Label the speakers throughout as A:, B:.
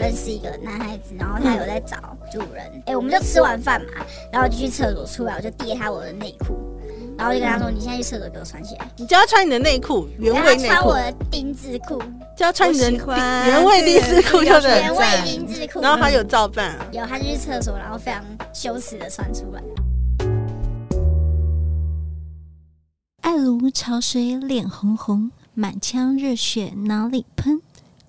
A: 认识一个男孩子，然后他有在找主人。哎、我们就吃完饭嘛，然后我就去厕所出来，我就递他我的内裤，然后我就跟他说：“你现在去厕所给我穿起来。”
B: 你叫他穿你的内裤，原
A: 然后
B: 味
A: 他
B: 内
A: 穿
B: 裤
A: 我，的丁字裤，
B: 叫他穿你的
C: 我喜欢
B: 原味丽丝裤，对不
C: 对
B: 对
A: 原？味
C: 赞
A: 丁字裤。
B: 然后他有照办啊。
A: 有，他就去厕所，然后非常羞耻的穿出来。
C: 爱如潮水，脸红红，满腔热血哪里喷？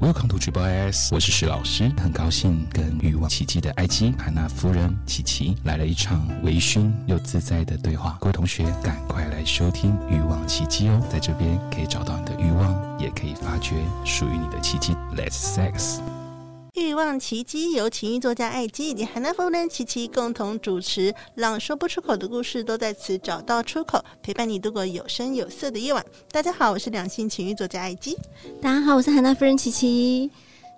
D: Welcome to Triple S，我是石老师，很高兴跟欲望奇迹的埃及海娜夫人琪琪来了一场微醺又自在的对话。各位同学，赶快来收听欲望奇迹哦，在这边可以找到你的欲望，也可以发掘属于你的奇迹。Let's sex。
B: 欲望奇迹由情欲作家艾姬以及海南夫人琪琪共同主持，让说不出口的故事都在此找到出口，陪伴你度过有声有色的夜晚。大家好，我是两性情欲作家艾姬。
C: 大家好，我是韩娜夫人琪琪。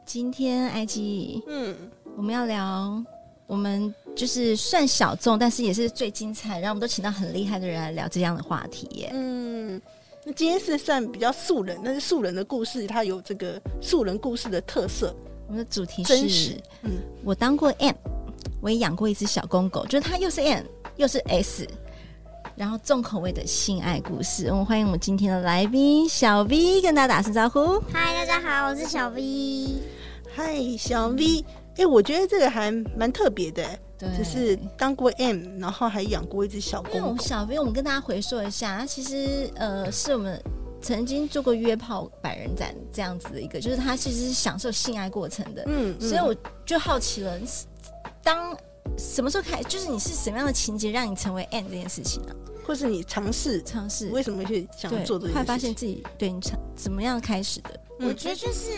C: 今天埃及，
B: 嗯，
C: 我们要聊我们就是算小众，但是也是最精彩。然后我们都请到很厉害的人来聊这样的话题耶。
B: 嗯，那今天是算比较素人，但是素人的故事它有这个素人故事的特色。
C: 我们的主题
B: 真
C: 是
B: 实，嗯
C: 我当过 M，我也养过一只小公狗，就是它又是 M 又是 S，然后重口味的性爱故事。我们欢迎我们今天的来宾小 V，跟大家打声招呼。
A: 嗨，大家好，我是小 V。
B: 嗨，小 V，哎、我觉得这个还蛮特别的、
C: 对哎
B: 就是当过 M，然后还养过一只小
C: 因为我
B: 公
C: 们
B: 狗。
C: 小 V，我们跟大家回溯一下，他其实呃是我们曾经做过约炮百人展这样子的一个，就是他其实是享受性爱过程的，
B: 嗯，
C: 所以
B: 嗯
C: 我就好奇了，你是当什么时候开，就是你是什么样的情节让你成为 N 这件事情啊？
B: 或是你尝试
C: 尝试
B: 为什么会想
C: 对，
B: 做这
C: 后来
B: 件
C: 发
B: 事情？
C: 现自己对你尝怎么样开始的？
B: 嗯
A: 我觉得就是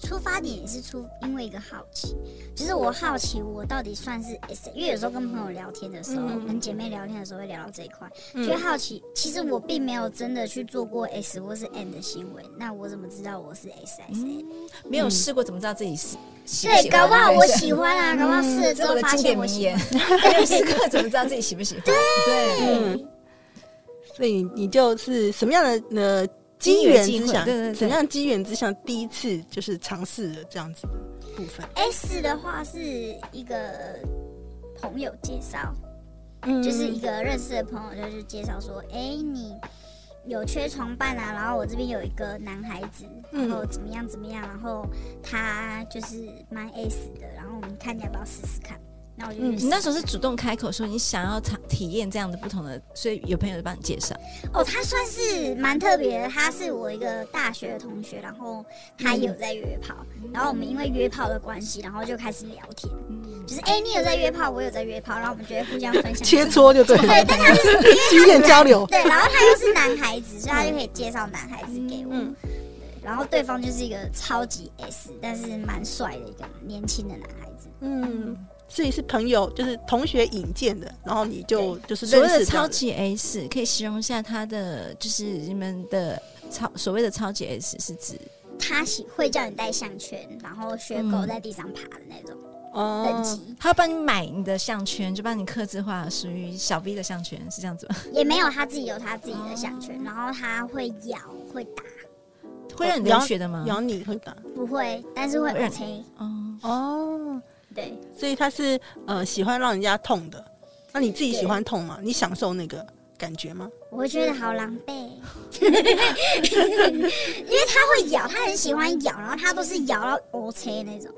A: 出发点也是出因为一个好奇，就是我好奇我到底算是 S，因为有时候跟朋友聊天的时候，
B: 嗯
A: 跟姐妹聊天的时候会聊到这一块，
B: 嗯
A: 觉得好奇。其实我并没有真的去做过 S 或是 N 的行为，那我怎么知道我是 S 还是 N？、
C: 没有试过，怎么知道自己是？喜不
A: 对，
C: 喜欢
A: 搞不好
C: 这
A: 我
C: 件事
A: 喜欢 啊，搞不好试了之
C: 嗯这
A: 后
C: 我的
A: 发
C: 经
A: 现
C: 典
A: 我
C: 名
A: 喜
C: 言
A: 欢。，
C: 没有试过怎么知道自己喜不喜欢？对，
B: 嗯，所以你就是什么样的呃机缘之下，
C: 机缘机会对对对
B: 怎样机缘之下第一次就是尝试了这样子的部分，
A: S 的话是一个朋友介绍，
B: 嗯
A: 就是一个认识的朋友，就是介绍说，哎、你有缺床伴啊，然后我这边有一个男孩子，然
B: 嗯
A: 后怎么样怎么样，然后他就是蛮 S 的，然后我们看你要不要试试看。那我就去
C: 嗯你
A: 试、
C: 那时候是主动开口说你想要尝体验这样的不同的，所以有朋友就帮你介绍。
A: 哦，他算是蛮特别的，他是我一个大学的同学，然后
B: 嗯
A: 他也有在约炮，然后我们因为约炮的关系，然后就开始聊天，
B: 嗯
A: 就是哎、诶你有在约炮，我有在约炮，然后我们就会互相分享
B: 切磋就对了，
A: 对，但他就是 因为他
B: 经验
A: 是
B: 交流
A: 对，然后他又是男孩子，所以他就可以介绍男孩子
B: 嗯
A: 给我。对，然后对方就是一个超级 S，但是蛮帅的一个年轻的男孩子。
B: 嗯。所以是朋友，就是同学引荐的，然后你就就是
C: 所
B: 认识
C: 谓的
B: 这样
C: 超
B: 的
C: 级 S 可以形容一下他的，就是你们的超所谓的超级 S 是指
A: 他喜会叫你戴项圈，然后学狗在地上爬的那种等
B: 嗯哦，
A: 级，
C: 他要帮你买你的项圈，就帮你刻字化，属于小 B 的项圈是这样子吗？
A: 也没有他自己有他自己的项圈，然后他会咬会打，
C: 会让你流血的吗？
B: 咬哦你会打
A: 不会，但是会
B: 嗯
C: 会让
A: OK。
C: 哦，
B: 哦，
A: 对，
B: 所以他是呃喜欢让人家痛的，那你自己喜欢痛吗？你享受那个感觉吗？
A: 我会觉得好狼狈， 因为他会咬，他很喜欢咬，然后他都是咬到 OK 那种。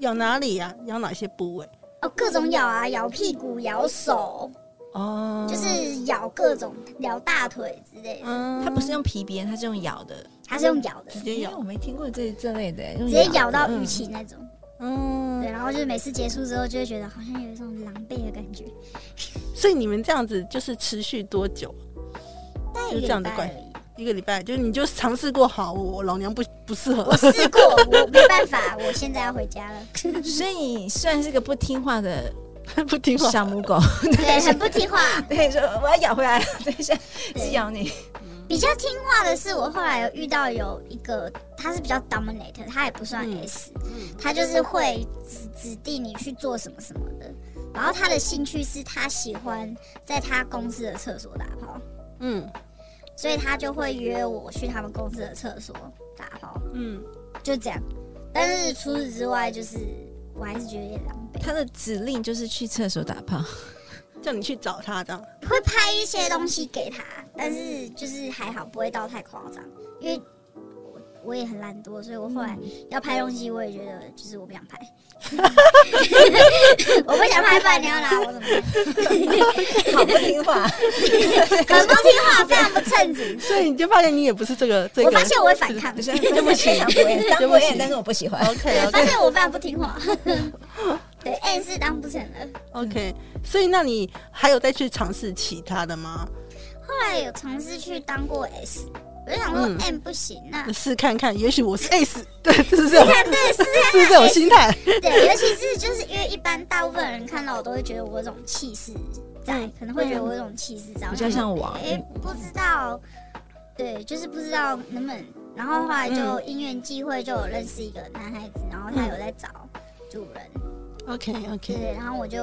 B: 咬哪里呀、咬哪些部位？
A: 哦，各种咬啊，咬屁股、咬手，
B: 哦，
A: 就是咬各种，咬大腿之类的。
B: 嗯
C: 他不是用皮鞭，他是用咬的，
A: 它是用咬的，
B: 直
A: 直
B: 接
C: 哎
B: 咬
C: 我，没听过这这类的，直
A: 接咬到淤青那种。
B: 嗯
A: 对，，然后就是每次结束之后，就会觉得好像有一种狼狈的感觉。
B: 所以你们这样子就是持续多久？
A: 但
B: 就这样的怪一个礼拜，就是你就尝试过，好，我我老娘不不适合
A: 我，试过，我没办法，我现在要回家了。
C: 所以你虽然是个不听话的
B: 不听话。
C: 小母狗，
A: 对，很不听话。
C: 对，说我要咬回来了，等一下是咬你。
A: 比较听话的是，我后来有遇到有一个，他是比较 dominator，他也不算 S，、他就是会指指定你去做什么什么的。然后他的兴趣是他喜欢在他公司的厕所打炮，
B: 嗯
A: 所以他就会约我去他们公司的厕所打炮，
B: 嗯，
A: 就这样。但是除此之外，就是我还是觉得有点狼狈。
C: 他的指令就是去厕所打炮，
B: 叫你去找他 这样。
A: 会拍一些东西给他，但是就是还好，不会到太夸张，因为我我也很懒惰，所以我后来要拍东西，我也觉得就是我不 想拍，我不想拍，不然你要拿我怎么办？
C: 好不听话。
A: 很不听话，非常不称 职。
B: 所以你就发现你也不是这个这个。
A: 我发现我会反 抗，
C: 不是， 对不起，我也当我也，但是我不喜欢。
B: OK
A: 发
B: OK
A: 现我非常不听话。 对，N 是当不成了。
B: 嗯 OK，所以那你还有再去尝试其他的吗？
A: 后来有尝试去当过 S，我就想说
B: 嗯
A: M 不行，那
B: 试看看，也许我是 S，对，就是这种，
A: 看对是啊
B: 是这种心态。
A: 对，尤其是就是因为一般大部分人看到我都会觉得我有种气势在，可能会觉得我有种气势在，
C: 嗯比较嗯像王
A: 哎、不知道，对，就是不知道能不能。然后后来就
C: 嗯
A: 因缘际会，就有认识一个男孩子，然后他有在找主人，
B: OK
A: 对
B: OK，
A: 对，然后我就。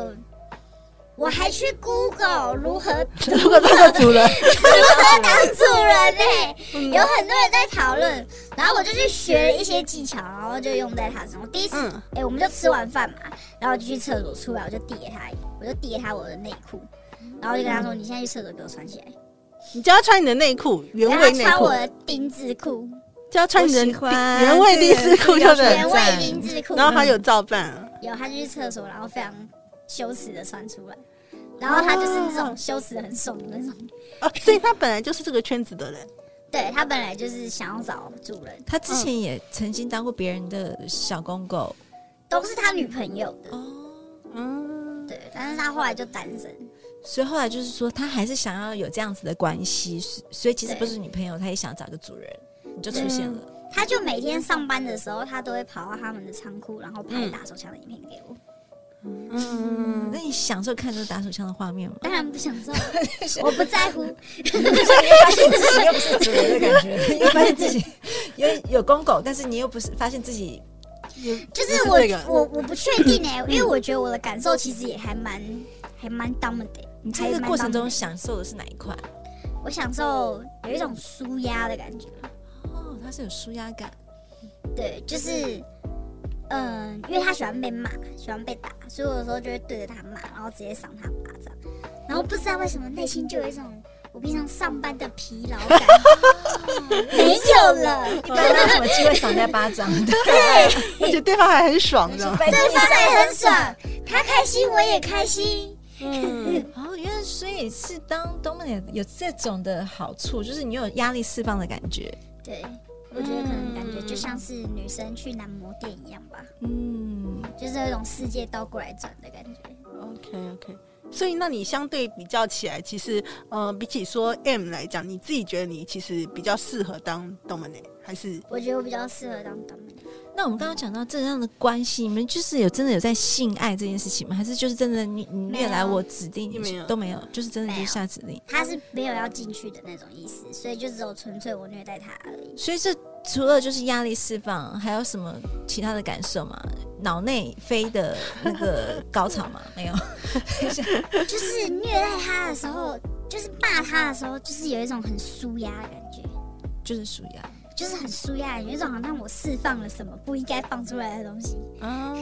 A: 我还去 Google 如何
B: 如果这个主
A: 如
B: 人，
A: 何当主人呢、
B: 嗯
A: 有很多人在讨论，然后我就去学了一些技巧，然后就用在他身上。我第一次
B: 嗯
A: 哎、我们就吃完饭嘛，然后就去厕所，出来我就叠他，我就叠他我的内裤，然后就跟他说：“你现在去厕所给我穿起来。”
B: 你就要穿你的内裤，原
A: 然后
B: 味
A: 他
B: 内
A: 穿
B: 裤
A: 我，的丁字裤，
B: 就要穿你的
C: 我喜欢
B: 原味丁字裤，就
C: 这个
B: 是。
A: 原
C: 很
A: 味
C: 赞
A: 丁字裤。
B: 嗯然后还有照办，
A: 有他就去厕所，然后非常羞耻的穿出来，然后他就是那种羞耻的很爽的那种。
B: 哦，所以他本来就是这个圈子的人。
A: 对他本来就是想要找主人，
C: 他之前也曾经当过别人的小公狗
A: 都是他女朋友的，
C: 哦，
B: 嗯，
A: 对，但是他后来就单身。
C: 所以后来就是说，他还是想要有这样子的关系，所所以其实不是女朋友，他也想找个主人，你就出现了。
A: 他就每天上班的时候，他都会跑到他们的仓库，然后拍打手枪的影片给我。
B: 嗯
C: 那你享受看这打手枪的画面吗？
A: 当然不想做，我不在乎。
C: 发现自己又不是主人的感 觉，又发现自己有有公狗，但是你又不是发现自己
A: 就是
B: 不
A: 我
B: 是这个
A: 我我不确定哎、因为我觉得我的感受其实也还蛮还蛮 d o m i n 的。欸
C: 你在这个过程中享受的是哪一块？
A: 我享受有一种舒压的感觉，
C: 哦，它是有舒压感，
A: 对，就是嗯、因为他喜欢被骂，喜欢被打，所以我有时候就会对着他骂，然后直接赏他巴掌，然后不知道为什么内心就有一种我平常上班的疲劳感没有了，
C: 一般没有什么机会赏人家巴掌。
B: 而且对方还很爽的。
C: 拜托
A: 对
C: 你
A: 方
C: 赏
A: 也很爽，他开心我也开心。
B: 嗯，
C: 哦，原来所以是当 dominant 有这种的好处，就是你有压力释放的感觉。
A: 对，我觉得可能感觉就像是女生去男模店一样吧，
C: 嗯，
A: 就是有一种世界倒过来转的感觉。
B: OK OK，所以那你相对比较起来，其实呃，比起说 M 来讲，你自己觉得你其实比较适合当 dominant，还是
A: 我觉得我比较适合当 dominant，
C: 那我们刚刚讲到这样的关系，你们就是有真的有在性爱这件事情吗？还是就是真的你你
A: 没
C: 越
A: 有
C: 来我指定
B: 没有
C: 都没有，就是真的就
A: 没
C: 是
A: 有
C: 下指令。
A: 他是没有要进去的那种意思，所以就只有纯粹我虐待他而已。
C: 所以这除了就是压力释放，还有什么其他的感受吗？脑内飞的那个高潮吗？没有。
A: 就是虐待他的时候，就是骂他的时候，就是有一种很舒压的感觉。
C: 就是属压，
A: 就是很舒压，有一种好像我释放了什么不应该放出来的东西。
B: 啊？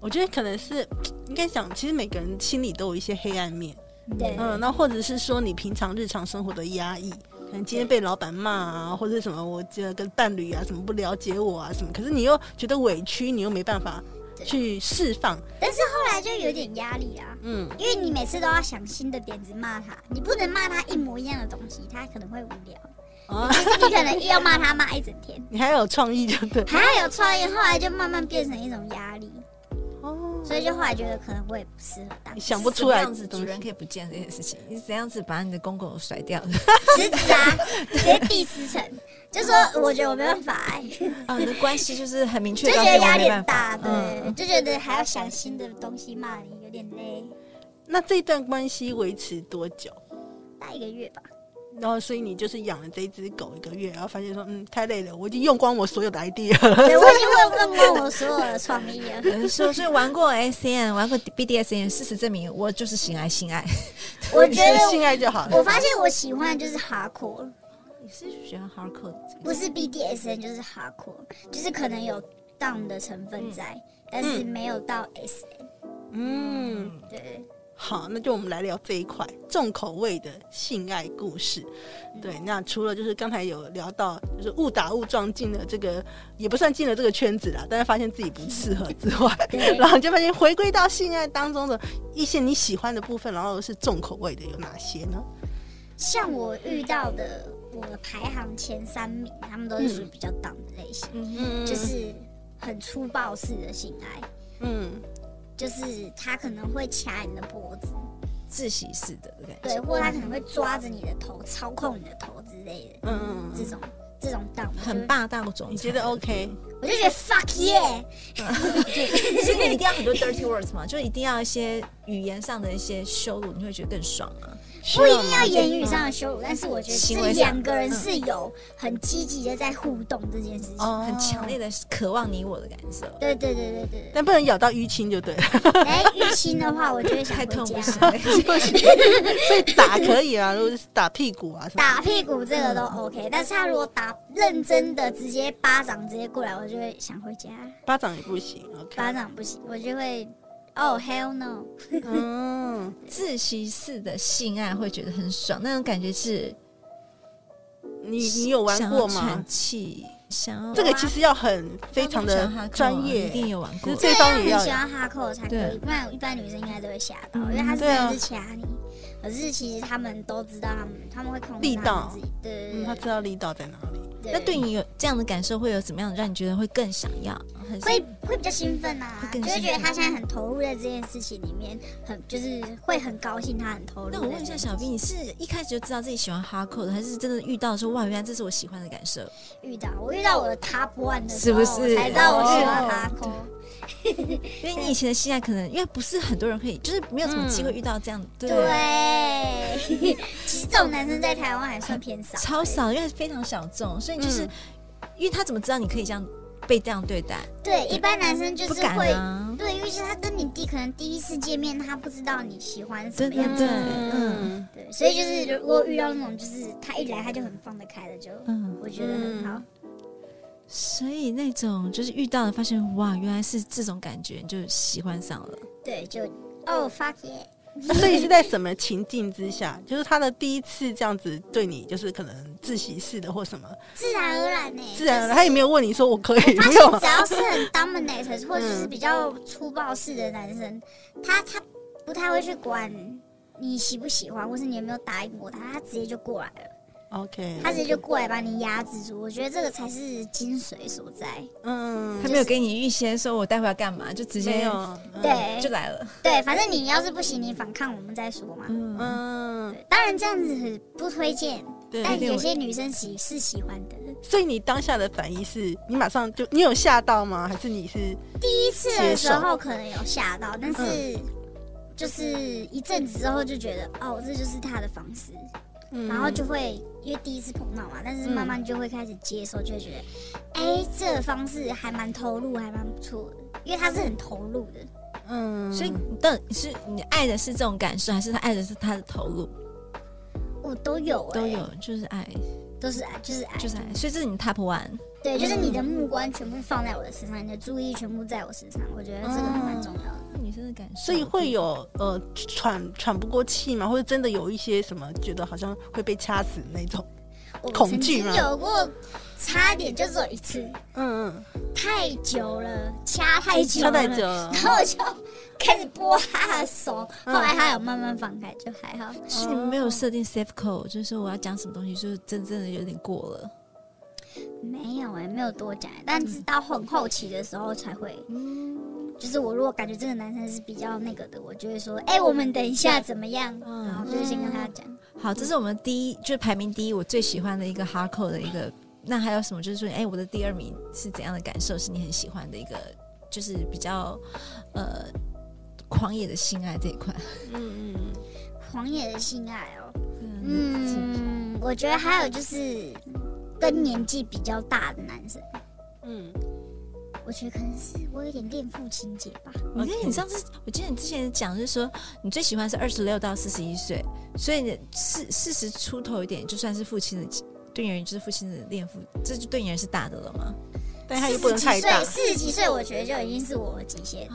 B: 我觉得可能是应该讲，其实每个人心里都有一些黑暗面，
A: 对，
B: 嗯，那或者是说你平常日常生活的压抑，可能今天被老板骂啊，或者什么，我这跟伴侣啊什么不了解我啊什么，可是你又觉得委屈，你又没办法
A: 对
B: 去释放，
A: 但是后来就有点压力啊，
B: 嗯，
A: 因为你每次都要想新的点子骂他，你不能骂他一模一样的东西，他可能会无聊。
C: 哦
B: 啊，
A: 就是你可能又要骂他骂一整 天，
B: 你还有创意就对，
A: 还要有创意，后来就慢慢变成一种压力，
B: 哦，
A: 所以就后来觉得可能我也不适合 当
B: 想不出来
C: 怎么样子主人可以不见这件事情，你怎样子把你的公狗甩掉的？
A: 辞职啊，直接第四 层，就说我觉得我没办法、哎
C: 啊，你的关系就是很明确，
A: 就觉
C: 告诉
A: 得
C: 你我
A: 压力
C: 没
A: 很
C: 办
A: 大，
C: 法
A: 对，
C: 嗯
A: 就觉得还要想新的东西骂你，有点累，
B: 那这段关系维持多久？
A: 大一个月 吧。
B: 然后，所以你就是养了这只狗一个月，然后发现说，嗯，太累了，我已经用光我所有的 idea 了。
A: 对，我已经问问过我所有的创意 了。
C: 有人呃说，所以玩过 S N，玩过 B D S N，事实证明我就是性爱性爱。
A: 我觉
B: 你是性
A: 得
C: 啊
B: 爱就好了。
A: 我发现我喜欢的就是 hardcore，
C: 你是喜欢 hardcore 的这个
A: 不
B: 嗯
A: 是 BDSN 就是 hardcore，就是可能有 down 的成分在，但是没有到 S。
B: 嗯，
A: 对，
B: 好，那就我们来聊这一块重口味的性爱故事。对，那除了就是刚才有聊到，就是误打误撞进了这个，也不算进了这个圈子啦，但是发现自己不适合之外，
A: 对
B: 然后就发现回归到性爱当中的一些你喜欢的部分，然后是重口味的有哪些呢？
A: 像我遇到的我的排行前三名，他们都是属于比较 down 的类型，
B: 嗯
A: 就是很粗暴式的性爱，
B: 嗯，
A: 就是他可能会掐你的脖子，
C: 自习式的感觉。
A: 对，或者他可能会抓着你的头，操控你的头之类的，
B: 嗯嗯
A: 这种这种 down 我就
C: 很，霸道总裁，
B: 你觉得 OK？
A: 我就觉得 fuck yeah。
C: 是因为一定要很多 dirty words 嘛，就一定要一些语言上的一些羞辱，你会觉得更爽啊。
A: 不一定要言语上的羞辱，但是我觉得
C: 行为
A: 是
C: 上
A: 两个人是有很积极的在互动这件事情。
B: 哦，
C: 很强烈的渴望你我的感受，
A: 对对对对
B: 但不能咬到淤青就对了，
A: 对，哎，淤青的话，我就会想
C: 太
A: 回
C: 痛不行
A: 家。
C: 了。
B: 所以打可以啊，如果是打屁股啊什么，
A: 打屁股这个都 OK，但是他如果打认真的，直接巴掌直接过来，我就会想回家。
B: 巴掌也不行，OK？
A: 巴掌不行，我就会哦 hell no，
B: 嗯，
C: 自习式的性爱会觉得很爽，那种感觉是
B: 你你有玩
C: 想要
B: 过吗
C: 喘？气，想要
B: 这个其实要很非常的
C: 想要哈克啊
B: 专业
C: 一，定有玩
B: 就
C: 过
B: 是。对方也
A: 很
B: 要
A: 喜欢哈扣才可以，
C: 对
A: 不然一般女生应该都会吓到，因为他真
B: 对啊
A: 的是掐你。可是其实他们都知道，他们他们会控制
B: 力
A: 他们
B: 道
A: 自己，对对
B: 嗯，他知道力道在哪里。
A: 对。
C: 那对你有这样的感受，会有怎么样让你觉得会更想要？很
A: 会会比较兴奋啊，
C: 会
A: 就
C: 更
A: 会
C: 兴奋
A: 觉得他现在很投入在这件事情里面，很就是会很高兴，他很投入。
C: 那我问一下小，兵，你是一开始就知道自己喜欢哈扣的，还是真的遇到说哇，原来这是我喜欢的感受？
A: 遇到我遇到我的 top one 的时
C: 是
A: 候，
C: 不是
A: 我才知道我喜欢
C: 哦
A: 哈扣。
C: 因为你以前的性爱可能因为不是很多人可以，就是没有什么机会
A: 嗯
C: 遇到这样，对
A: 对，其实这种男生在台湾还算偏少，
C: 超。少，因为非常小众，所以就是、
B: 嗯
C: 因为他怎么知道你可以这样被这样对待？
A: 对，一般男生就
C: 不
A: 是
C: 敢
A: 会。
C: 啊，
A: 对，因为是他跟你弟可能第一次见面，他不知道你喜欢什
C: 对
A: 么
C: 对
A: 样
C: 对
A: 子，，
C: 嗯
B: 嗯，
A: 对，所以就是如果遇到那种就是他一来他就很放得开的，就
C: 嗯，
A: 我觉得很好。
C: 所以那种就是遇到了发现哇，原来是这种感觉，你就喜欢上了。
A: 对，就哦 fuck yeah，
B: 那所以是在什么情境之下？就是他的第一次这样子对你，就是可能自习式的或什么，
A: 自然而然呢、
B: 自然而然他也没有问你说我可以
A: 发
B: 没有啊
A: 现，只要哦是很 dominate 或者是比较粗暴式的男生，他他不太会去管你喜不喜欢，或是你有没有答应过他，他直接就过来了，
B: OK，
A: 他直接就过来把你压制住。我觉得这个才是精髓所在。
B: 嗯
C: 他，没有给你预先说我待会要干嘛，就直
B: 没
C: 接
B: 有，嗯，
C: 就
A: 对
C: 来了。
A: 对，反正你要是不行，你反抗我们再说嘛。
C: 嗯，
B: 嗯，
A: 对，当然这样子很不推荐，但
B: 对。
A: 有些女生喜是喜欢的。
B: 所以你当下的反应是你马上就你有吓到吗？还是你是
A: 第一次的时
B: 接
A: 候可能有吓到，但是就是一阵子之后就觉得哦，这就是他的方式。
B: 嗯
A: 然后就会因为第一次碰到嘛，但是慢慢就会开始接受，就会觉得，哎、这个方式还蛮投入，还蛮不错的，因为他是很投入的。
B: 嗯，
C: 所以你到底是你爱的是这种感受，还是他爱的是他的投入？
A: 我都有、哎
C: 都，有，就是爱，
A: 都是爱，就是爱，
C: 就是爱。所以这是你 top one。
A: 对，就是你的目光全部放在我的身上，你的注意全部在我身上，我觉得这个还蛮重要的。
C: 女生的感受，
B: 所以会有呃喘喘不过气嘛，或者真的有一些什么觉得好像会被掐死那种。
A: 我
B: 恐
A: 曾
B: 惧
A: 经
B: 吗
A: 有过，差点就只有一次，
B: 嗯嗯，
A: 太久了，掐太久
B: 掐
A: 了，
B: 太久了
C: 嗯
A: 然。后我就开始拨他的手，后
B: 嗯
A: 来他有慢慢放开，就还好。
C: 是你们没有设定 safe code，就是说我要讲什么东西，就是真正的有点过了。
A: 啊
C: 嗯
A: 没有哎、没有多讲，但是到很后期的时候才会，就是我如果感觉这个男生是比较那个的，我就会说，哎、我们等一下怎么样？
C: 嗯
A: 然后就先跟他讲。
C: 好，这是我们第一，就是排名第一，我最喜欢的一个 hardcore 的一个。那还有什么？就是说，哎、我的第二名是怎样的感受？是你很喜欢的一个，就是比较呃狂野的性爱这一块。
B: 嗯
A: 狂野的性爱哦，
C: 嗯，
A: 嗯，我觉得还有就是跟年纪比较大的男生，
B: 嗯
A: 我觉得可能是我有点恋父情节吧。
C: 你看你上次，我记得你之前讲就是说，你最喜欢是二十六到四十一岁，所以你四四十出头一点，就算是父亲的，对你而言就是父亲的恋父，这就对你而言是大的了吗？
B: 但他也不能太大
A: 四十几岁，。四十几岁，我觉得就已经是我的极限。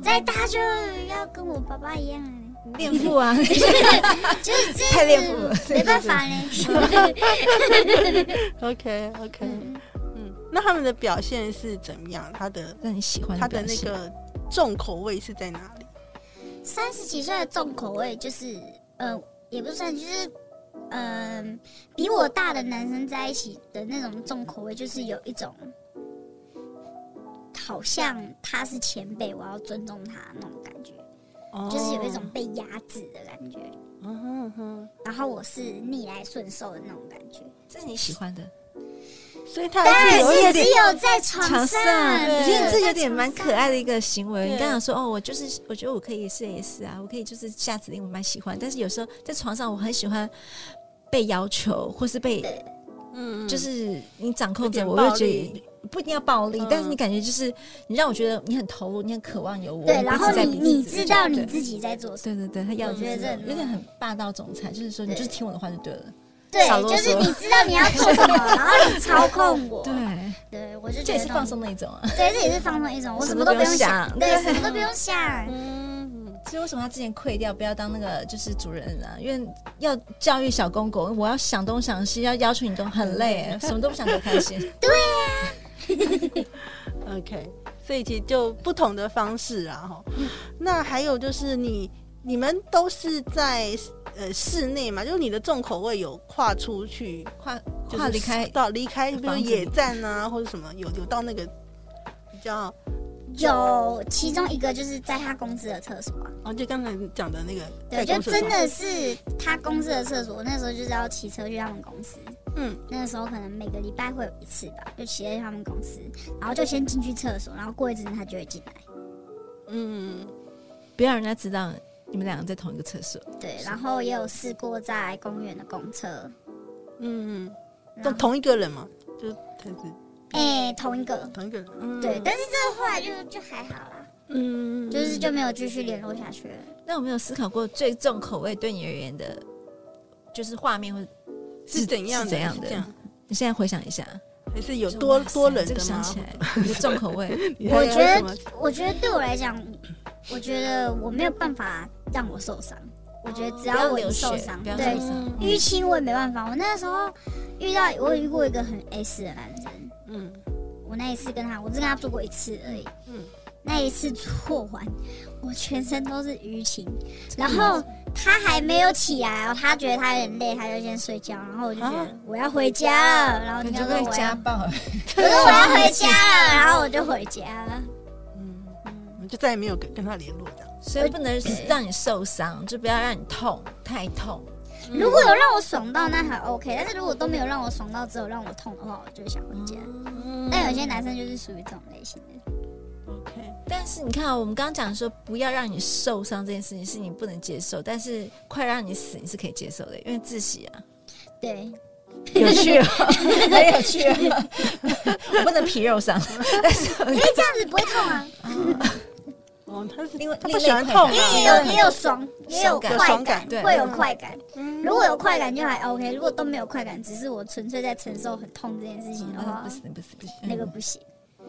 A: 再大就要跟我爸爸一样了，
C: 恋父啊，
A: 就是这样
C: 太恋父了
A: 子没办法嘞。
B: OK OK，嗯，那他们的表现是怎么样？他的
C: 让你喜欢
B: 他
C: 表
B: 的那
C: 现
B: 个重口味是在哪里？
A: 三十几岁的重口味就是，呃，也不算，就是，嗯、比我大的男生在一起的那种重口味，就是有一种，好像他是前辈，我要尊重他那种感觉，
C: 哦
A: 就是有一种被压制的感觉。
B: 哦嗯哼哼，
A: 然后我是逆来顺受的那种感觉，
C: 这是你喜欢的。
B: 所以他
A: 但
B: 还
A: 是
B: 是有
A: 只
B: 一点
A: 有在床
C: 床上，我觉得这有点蛮可爱
A: 的。
C: 的一个行为。
B: 对
C: 你刚想说哦，我就是我觉得我可以试一试啊，我可以就是下指令，我蛮喜欢。但是有时候在床上，我很喜欢被要求，或是被
A: 对
B: 嗯，
C: 就是你掌控着
B: 有点
C: 我，
B: 暴
C: 我
B: 力
C: 就觉得。不一定要暴力，
B: 嗯
C: 但是你感觉就是你让我觉得你很投入，你很渴望有我。
A: 对，
C: 你不
A: 然后
C: 是在
A: 你你
C: 彼此之
A: 知
C: 间
A: 道你
C: 对
A: 自己在做什么，
C: 对对对，他要
A: 我
C: 的就
A: 觉
C: 是
A: 得这
C: 这种
A: 很
C: 有点很霸道总裁，就是说你
A: 对
C: 就是听我的话就对了。
A: 对
C: 少，啰嗦
A: 就是你知道你要做什么，然后你操控我，
C: 对，
A: 对，我就
C: 这
A: 觉
C: 也
A: 得
C: 是放松的一种啊。
A: 那种，对，这也是放松一种，我
C: 什
A: 什么
C: 么都
A: 都
C: 不
A: 不
C: 用
A: 用
C: 想
A: 想，
C: 对
A: 对，什么都不用想，
B: 嗯，
C: 所以为什么他之前溃掉，不要当那个就是主人啊？因为要教育小公狗，我要想东想西，要要求你都很累，什么都不想得开心。
B: OK，所以其实就不同的方式啊，哈。
C: 嗯
B: 那还有就是你你们都是在呃室内嘛，就是你的重口味有跨出去，
C: 跨
B: 就是
C: 跨离开，
B: 到离开，比如
C: 房子
B: 野
C: 里
B: 战啊或者什么，有有到那个比较，
A: 有其中一个就是在他公司的厕所啊，
B: 哦，就刚才讲的那个，
A: 对，
B: 在
A: 就
B: 公厕
A: 真的是他公司的厕所，我那时候就是要骑车去他们公司，
B: 嗯，
A: 那个时候可能每个礼拜会有一次吧，就骑车去他们公司，然后就先进去厕所，然后过一阵子他就会进来。
B: 嗯，
C: 不要让人家知道你们两个在同一个厕所，
A: 对，然后也有试过在公园的公厕，
B: 嗯，
A: 然
B: 都
A: 后
B: 同一个人嘛，就是才是
A: 哎、同一个，
B: 同一个人，嗯，
A: 对，但是这个后来就就还好啦，
B: 嗯，
A: 就是就没有继续联络下去了。
C: 那有没有思考过最重口味对你而言的，就是画面或者
B: 是怎样的
C: 是怎样
B: 是
C: 的
B: 这样？
C: 你现在回想一下，
B: 还是有多
C: 就哇塞
B: 多人
C: 这
B: 的
C: 个想
B: 吗？
C: 起来，你的重口味，
B: 你还有
A: 我觉得
B: 什么
A: 我觉得对我来讲，我觉得我没有办法让我受伤，我觉得只
C: 不要
A: 我
C: 流
A: 一
C: 血
A: 受伤，
C: 哦不要
A: 对
C: 受，伤。
A: 淤青我也没办法。我那个时候遇到我有遇过一个很 S 的男生，
B: 嗯
A: 我那一次跟他，我只跟他做过一次而已。
B: 嗯
A: 那一次做完，我全身都是淤青，然后他还没有起来哦，他觉得他有点累，他就先睡觉，然后我就觉
B: 啊
A: 得我要回家了，然后
C: 感
A: 你
C: 觉
A: 就
C: 被
A: 说我
C: 家
A: 要，
C: 暴，
A: 我说我要回家了，然后我就回家了。
B: 嗯，嗯就再也没有跟跟他联络这样。
C: 所以不能让你受伤，就不要让你痛，太痛。
A: 如果有让我爽到，那还 OK，但是如果都没有让我爽到，只有让我痛的话，我就想回家。但有些男生就是属于这种类型的，
B: OK，
C: 但是你看、啊，我们刚刚讲说不要让你受伤这件事情是你不能接受，但是快让你死你是可以接受的，因为窒息啊，
A: 对，
C: 有趣、哦，很有趣、哦。 我不能皮肉伤，但是
A: 因为这样子不会痛啊，
B: 哦，他是
C: 另外
B: 他
C: 另
B: 不
C: 类
B: 喜欢
C: 快
B: 痛
C: 感
A: 因为也
B: 啊，
A: 有也有爽，也有
C: 爽感
A: 快
B: 有爽感
C: 对
A: 会有快感。
B: 嗯
A: 如果有快感就还 OK，如果都没有快感，只是我纯粹在承受很痛这件事情的
C: 那
A: 话
C: 嗯不，行不行不行，
A: 那个不行，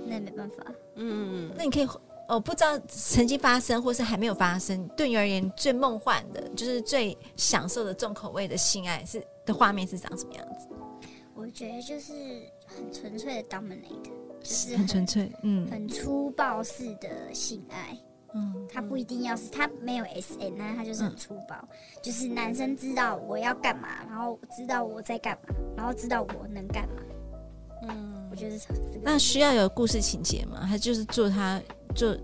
A: 那没办法。
B: 嗯，
C: 那你可以哦，不知道曾经发生或是还没有发生，对你而言最梦幻的，就是最享受的重口味的性爱是的画面是长什么样子？
A: 我觉得就是很纯粹的 dominate，就是
C: 很纯粹，嗯
A: 很粗暴式的性爱。
C: 嗯，
A: 他不一定要是他没有 S N，那他就是很粗暴，就是男生知道我要干嘛，然后知道我在干嘛，然后知道我能干嘛。嗯，我觉得是这个
C: 那需要有故事情节吗？还就是做他做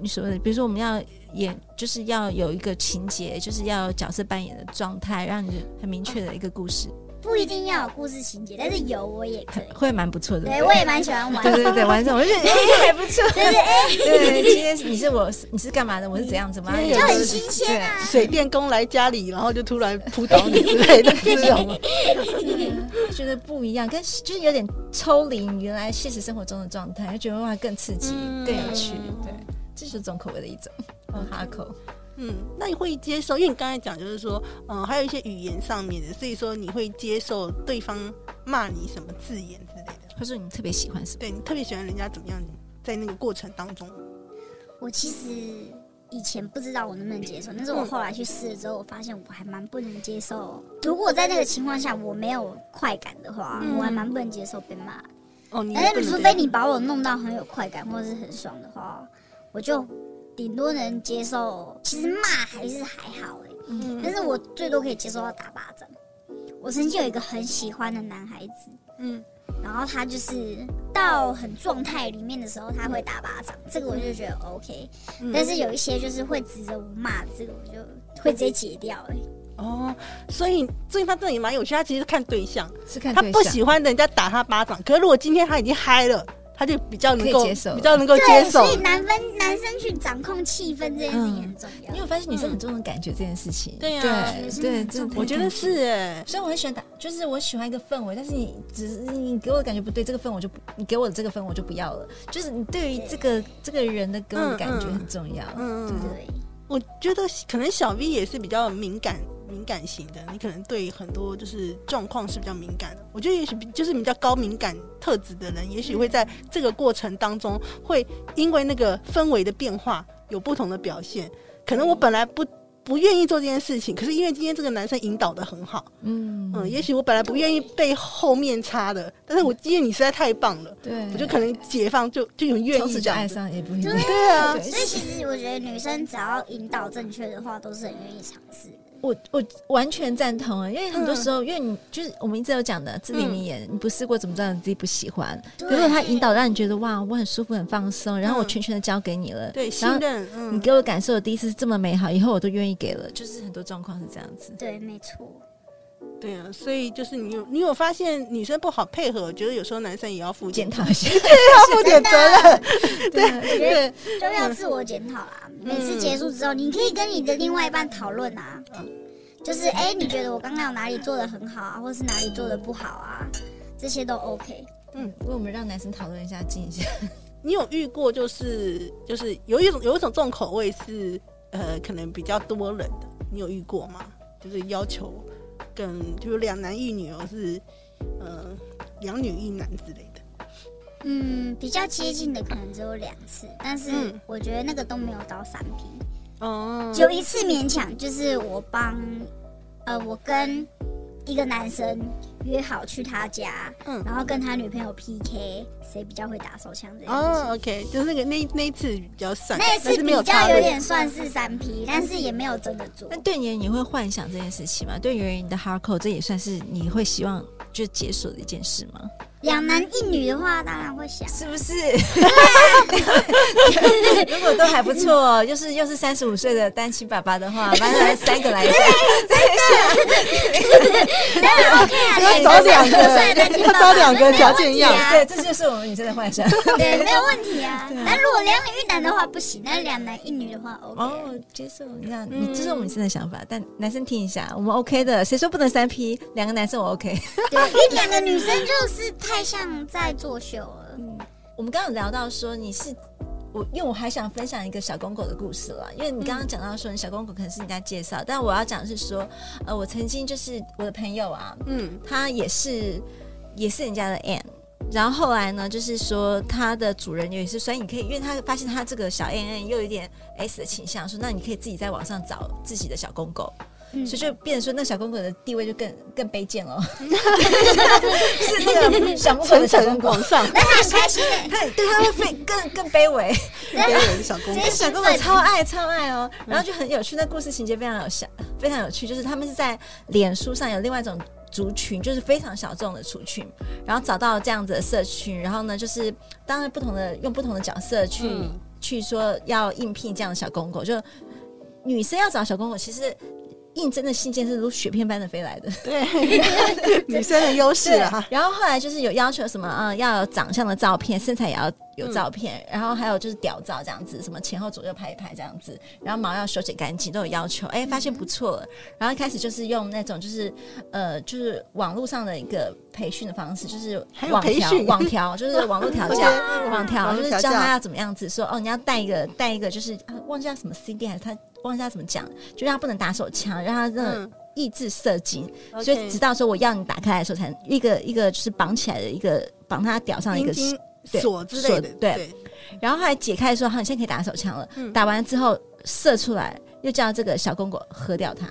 C: 你所谓的，比如说我们要演，就是要有一个情节，就是要有角色扮演的状态，让你很明确的一个故事，
A: 不一定要有故事情节，但是有我也可 以。
C: 会蛮不错的。
A: 对，我也蛮喜欢玩
C: 对对对，完整我就觉得哎还不错。
A: 对对
C: 对，今天你是我你是干嘛的？我是怎样怎么样？
A: 就很新鲜啊。
B: 水电工来家里，然后就突然扑倒你之类的这种，
C: 对，觉得不一样，跟就是有点抽离你原来现实生活中的状态，就觉得哇更刺激、更有趣。对，这就是重口味的一种，很哈口。
B: 嗯，那你会接受？因为你刚才讲就是说，嗯、还有一些语言上面的，所以说你会接受对方骂你什么字眼之类的。
C: 或者说你特别喜欢什么？
B: 对你特别喜欢人家怎么样，在那个过程当中，
A: 我其实以前不知道我能不能接受，但是
B: 嗯
A: 我后来去试了之后，我发现我还蛮不能接受。如果在那个情况下我没有快感的话，我还蛮不能接受被骂。
B: 哦，嗯你也
A: 但
B: 不
A: 是
B: 能
A: 除非你把我弄到很有快感或者是很爽的话，我就顶多能接受。其实骂还是还好哎、
B: 嗯
A: 但是我最多可以接受到打巴掌。我曾经有一个很喜欢的男孩子，
B: 嗯
A: 然后他就是到很状态里面的时候，他会打巴掌，这个我就觉得 OK、
B: 嗯
A: 但是有一些就是会指着我骂，这个我就会直接解掉、欸。
B: 哦，所以所以他这里蛮有趣，他其实看对象，
C: 是看
B: 他
C: 对
B: 不
C: 象
B: 喜欢人家打他巴掌，可是如果今天他已经嗨了，他就比较能够
C: 可以接受
B: 比较能够接
A: 对，
B: 受
A: 所。以男分男生去掌控气氛这件事情很重要。
B: 嗯
C: 你有发现女生很重视感觉这件事情？
B: 对啊
C: 嗯对
A: 是
C: 对，
A: 很
C: 真的
A: 重
B: 我觉得是哎、
C: 所以我很喜欢打，就是我喜欢一个氛围，但是你只是你给我的感觉不对，这个氛围我就不，你给我的这个氛围我就不要了。就是你对于这个这个人的给我的感觉很重要。
B: 嗯，
A: 对，
B: 我觉得可能小 V 也是比较敏感敏感型的，你可能对很多就是状况是比较敏感的。我觉得也许比就是比较高敏感特质的人，也许会在这个过程当中，会因为那个氛围的变化有不同的表现。可能我本来不。不愿意做这件事情，可是因为今天这个男生引导的很好，
C: 嗯
B: 嗯，也许我本来不愿意被后面插的，但是我今天你实在太棒了，
C: 对，
B: 我就可能解放就就很愿
C: 从
B: 意
C: 此
B: 这
C: 就
B: 样
C: 爱
B: 子。
C: 上也不一定。
B: 对啊，
C: 对
A: 所以其实我觉得女生只要引导正确的话，都是很愿意尝试的。
C: 我我完全赞同啊，因为
B: 嗯
C: 很多时候，因为你就是我们一直有讲的自立名言，你不试过怎么知道你自己不喜欢？
A: 对
C: 如果他引导让你觉得哇，我很舒服、很放松，然后我全权的交给你了，
B: 嗯对，信
C: 然后
B: 任，嗯，
C: 你给我感受的第一次是这么美好，以后我都愿意给了，就是很多状况是这样子。
A: 对，没错。
B: 对啊，所以就是你有你有发现女生不好配合，我觉得有时候男生也要负
C: 检
B: 检
C: 讨 一下，
B: 要负啊点责任，
A: 我觉得就要自我检讨啦。
B: 嗯
A: 每次结束之后，你可以跟你的另外一半讨论啊，就是哎、你觉得我刚刚有哪里做的很好啊，或是哪里做的不好啊，这些都 OK。
C: 嗯，为我们让男生讨论一下，静一下。
B: 你有遇过就是就是有一种有一种重口味是呃可能比较多人的，你有遇过吗？就是要求跟就是两男一女哦是呃两女一男之类的。
A: 嗯，比较接近的可能只有两次，但是
B: 嗯
A: 我觉得那个都没有到三 P。
B: 哦
A: 有一次勉强，就是我帮，呃，我跟一个男生约好去他家，
B: 嗯
A: 然后跟他女朋友 PK 谁比较会打手枪这件事情。
B: 哦，OK，就是那个那那一次比较算，
A: 那一
B: 但
A: 次
B: 是
A: 比
B: 没有
A: 较
B: 插
A: 有
B: 入
A: 点算是三 P，但是也没有真的做
C: 那。对你而言，你会幻想这件事情吗？对于而言你的 hardcore，这也算是你会希望就解锁的一件事吗？
A: 两男一女的话，当然会想，
C: 是 不是？如果都还不错哦，又是又是三十五岁的单亲爸爸的话，反正来三个来一下，
A: 当然 OK 啊，
B: 要
A: 对
B: 找两
A: 都
B: 个
A: 是十五岁的单亲
B: 要
A: 爸
B: 找
A: 爸
B: 两
A: 那
B: 个
A: 没有
B: 条
A: 问
B: 件
A: 题
B: 一样
A: 啊
C: 对，这就是我们女生的幻 想。
A: 对，没有问题啊。那如果两女一男的话不行，那两男一女的话 OK 啊。
C: 哦，接受，那你这是我们女生的想法，但男生听一下，我们 OK 的，谁说不能三 P？两个男生我 OK。
A: 对，因为两个女生就是太像在作秀了。
C: 我们刚刚有聊到说你是我，因为我还想分享一个小公狗的故事了。因为你刚刚讲到说你小公狗可能是人家介绍，但我要讲的是说，呃，我曾经就是我的朋友啊，
B: 嗯
C: 他也是也是人家的 N。然后后来呢，就是说他的主人也是，所以你可以，因为他发现他这个小 N N 又有一点 S 的倾向，说那你可以自己在网上找自己的小公狗，
A: 嗯
C: 所以就变成说那小公狗的地位就更更卑贱了， 是那个小公狗的
B: 层
C: 小
B: 层
C: 公 狗
B: 往，上，
A: 那他很开心 哎，
C: 他对他会被更更卑微。
B: 给我的小公
A: 直
B: 主
A: 接
C: 小
A: 兴
C: 公狗
A: 奋。
C: 超爱超爱哦，然后就很有趣，那故事情节非常有想，非常有趣，就是他们是在脸书上有另外一种族群，就是非常小众的族群，然后找到这样子的社群，然后呢，就是当然不同的用不同的角色去、
B: 嗯
C: 去去说要应聘这样的小公狗，就女生要找小公狗，其实应征的信件是如雪片般的飞来的。
B: 对，女生的优势
C: 对，
B: 啊，
C: 然后后来就是有要求什么，嗯，要有长相的照片，身材也要有照片，
B: 嗯
C: 然后还有就是屌照这样子，什么前后左右拍一拍这样子，然后毛要修剪干净都有要求。
B: 嗯
C: 哎，发现不错了，然后开始就是用那种就是呃就是网络上的一个培训的方式，就是
B: 还有
C: 网
B: 培
C: 调
B: 训
C: 网调就是网络调
B: 我觉
C: 教。
B: 得
C: 网调
B: 网
C: 就
B: 络
C: 是
B: 调
C: 教
B: 教
C: 他要怎么样子，说哦，你要带一个带一个，就是、啊忘记他什么 CD 还是他忘记他怎么讲，就让他不能打手枪，让他让
B: 嗯
C: 抑制射精，
B: OK
C: 所以直到说我要你打开来的时候，才一个一个就是绑起来的一个绑他屌上的一
B: 阴
C: 个，
B: 茎
C: 对
B: 锁之类的，
C: 锁对，然后后来解开说好，你现在可以打手枪了，
B: 嗯
C: 打完之后射出来，又叫这个小公狗喝掉它，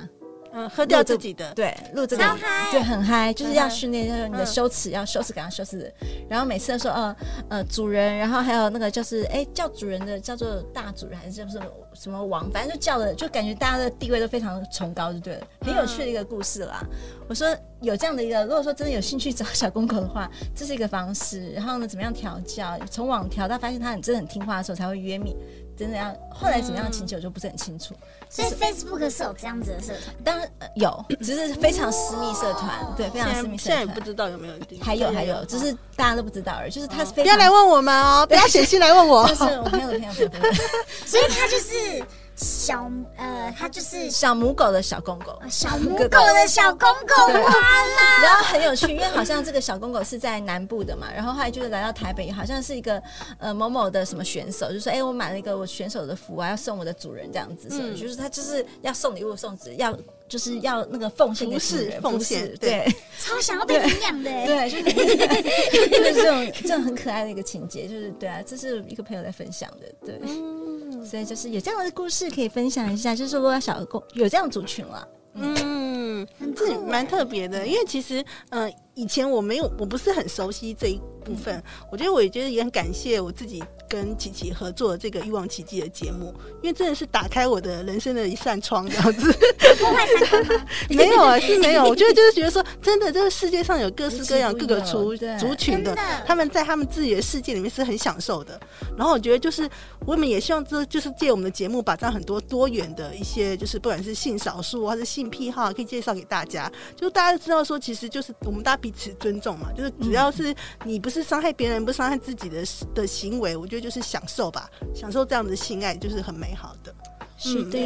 B: 嗯，喝掉
C: 录这
B: 自己的，
C: 对，录这个
A: 超嗨
C: 对，很嗨，就是
B: 很
C: 要
B: 嗨
C: 训练，就是你的
B: 嗯
C: 羞耻，要羞耻感，要羞耻。然后每次都说，呃呃，主人，然后还有那个就是，哎，叫主人的叫做大主人还是就是什么王，反正就叫的，就感觉大家的地位都非常崇高，就对了，很有趣的一个故事啦。我说有这样的一个，如果说真的有兴趣找小公狗的话，这是一个方式。然后呢，怎么样调教？从网调到发现它很真的很听话的时候，才会约你。真的要后来怎么样情节我就不是很清楚，
A: 所以 Facebook 是有这样子的社团，
C: 当然、呃有，只是非常私密社团，对，非常私
B: 现在
C: 密社
B: 现在
C: 团。
B: 也不知道有没有，嗯
C: 还有还有，只是大家都不知道而已，就是他是非
B: 不要
C: 常
B: 来问我们哦，不要写信来问我
C: 就，是我朋友的朋友朋友朋友
A: 所以它就是小呃，它就是
C: 小母狗的小公
B: 哦
C: 狗，
A: 小母狗的小公狗哇啦，
C: 然后很有趣，因为好像这个小公狗是在南部的嘛，然后后来就是来到台北，好像是一个呃某某的什么选手，就说哎、我买了一个我选手的服啊，要送我的主人这样子，
B: 嗯
C: 就是他就是要送礼物送纸要。就是要那个奉献给主人，
B: 服侍
C: 服侍
B: 奉献
C: 对
A: 超想要被领养的欸，
C: 对，就是就是 这种这种很可爱的一个情节，就是对啊，这是一个朋友在分享的，对。
B: 嗯
C: 所以就是有这样的故事可以分享一下，就是如果小公有这样族群了，
B: 嗯，
A: 很酷
B: 这
A: 欸
B: 蛮特别的，因为其实，呃，以前我没有，我不是很熟悉这一部
C: 嗯
B: 分。我觉得我也觉得也很感谢我自己跟琪琪合作这个《欲望奇迹》的节目，因为真的是打开我的人生的一扇窗，这样子。
A: 破坏三观吗？
B: 没有 啊，是没有。我觉得就是觉得说，真的，这个世界上有各式各样
C: 无
B: 各
C: 奇不
B: 个
C: 有
B: 族
C: 对
B: 族群的
A: 真的，
B: 他们在他们自己的世界里面是很享受的。然后我觉得就是我们也希望这就是借我们的节目，把这样很多多元的一些，就是不管是性少数还是性癖好，可以介绍给大家。就大家知道说，其实就是我们大家彼此尊重嘛，就是只要是你不是伤害别人，不是伤害自己的的行为，我觉得就是享受吧，享受这样的性爱就是很美好的。
C: 是的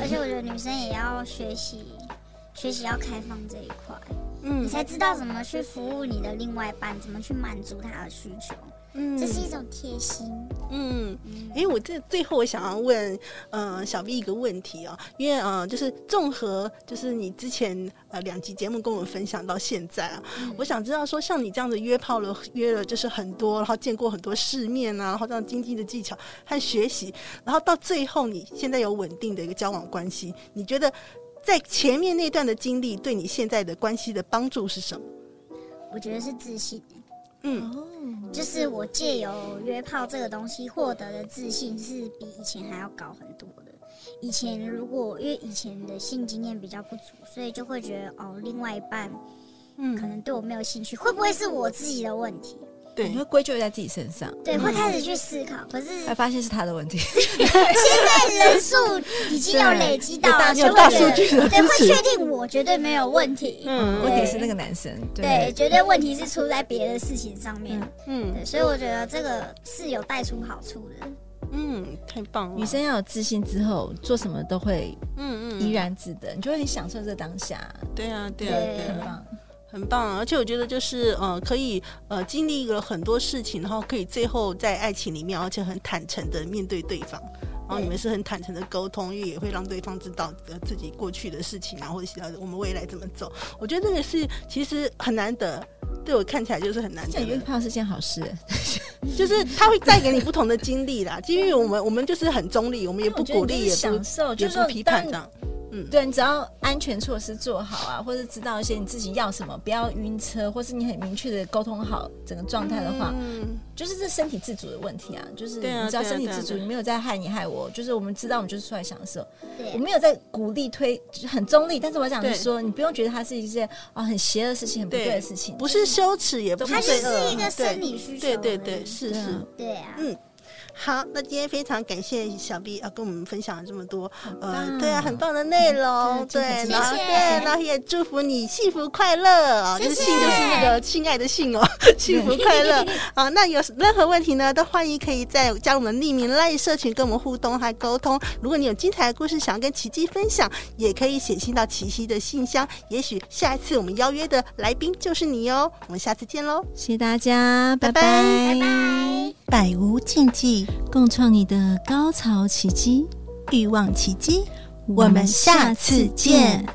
A: 而且我觉得女生也要学习，学习要开放这一块，
B: 嗯
A: 你才知道怎么去服务你的另外一半，怎么去满足他的需求，
B: 嗯
A: 这是一种贴心。
B: 嗯，哎、我这最后我想要问，呃，小 V 一个问题哦，因为呃，就是综合就是你之前呃两集节目跟我们分享到现在啊，我想知道说像你这样子约炮了约了就是很多，然后见过很多世面啊，然后这样经济的技巧和学习，然后到最后你现在有稳定的一个交往关系，你觉得在前面那段的经历对你现在的关系的帮助是什么？
A: 我觉得是自信欸、
B: 嗯
A: 就是我借由约炮这个东西获得的自信是比以前还要高很多的。以前如果因为以前的性经验比较不足，所以就会觉得哦，另外一半可
B: 嗯，
A: 能对我没有兴趣，会不会是我自己的问题？
B: 对
C: 你，会归咎在自己身上，
B: 嗯
A: 对，会开始去思考。可是
B: 哎
C: 才发现是他 的问题。
A: 现在人数已经有累积到了，
B: 有
A: 就
B: 大
A: 会觉
B: 有大数
A: 得
B: 据的
A: 对，
B: 支
A: 会
B: 持
A: 确定我绝对没有问题。
B: 嗯
C: 问题是那个男生，
A: 对，绝对问题是出在别的事情上面。
B: 嗯
A: 对，所以我觉得这个是有带出好处的。
B: 嗯，太棒了，
C: 女生要有自信之后，做什么都会
B: 嗯嗯
C: 怡然自得，你就会很享受这当下，
B: 对啊，对啊，
A: 对
B: 对
C: 很
B: 啊，
C: 棒。
B: 很棒啊！而且我觉得就是呃，可以呃经历了很多事情，然后可以最后在爱情里面，而且很坦诚的面对对方，然后你们是很坦诚的沟通，因为也会让对方知道呃自己过去的事情啊，或者是要我们未来怎么走。我觉得这个是其实很难得，对我看起来就是很难
C: 这
B: 得
C: 样约
B: 的。
C: 炮是件好事，
B: 就是它会带给你不同的经历啦，因为我们我们就是很中立，我们也不鼓励，也
C: 享
B: 不
C: 受，
B: 也
C: 就是
B: 不
C: 说
B: 批判这
C: 当
B: 样。
C: 对，你只要安全措施做好啊，或者知道一些你自己要什么，不要晕车，或是你很明确的沟通好整个状态的话，
B: 嗯，
C: 就是这身体自主的问题啊，就是
B: 对啊
C: 你知道
B: 对啊
C: 身体
B: 对啊
C: 自主，
B: 对啊
C: 你没有在害你害我，就是我们知道我们就是出来享受，我
A: 对，
C: 没有在鼓励推，就是很中立，但是我想
B: 对
C: 说，你不用觉得它是一件啊很邪恶的事情，很不对
B: 对
C: 的事情，
B: 不是羞耻，也不
A: 它
B: 是
A: 就
B: 罪
A: 是
B: 恶
A: 一，个生理需求。
B: 对对对，，是
C: 对啊
B: 是。
A: 对啊。
B: 嗯好，那今天非常感谢小 B 啊，跟我们分享了这么多，呃，
C: 棒
B: 对啊，很棒的内容，
C: 嗯
B: 对
C: 真的，
B: 然后
A: 谢谢
B: 对，然后也祝福你幸福快乐哦，就是幸就是那个性爱的幸哦， 幸福快乐啊。那有任何问题呢，都欢迎可以在加入我们匿名赖社群跟我们互动还沟通。如果你有精彩的故事想要跟奇迹分享，也可以写信到奇迹的信箱，也许下一次我们邀约的来宾就是你哦。我们下次见喽。
C: 谢谢大家，
B: 拜
C: 啊拜
B: 拜
A: 拜拜。
E: 百无禁忌，
C: 共创你的高潮奇迹，
E: 欲望奇迹。
C: 我们下次见。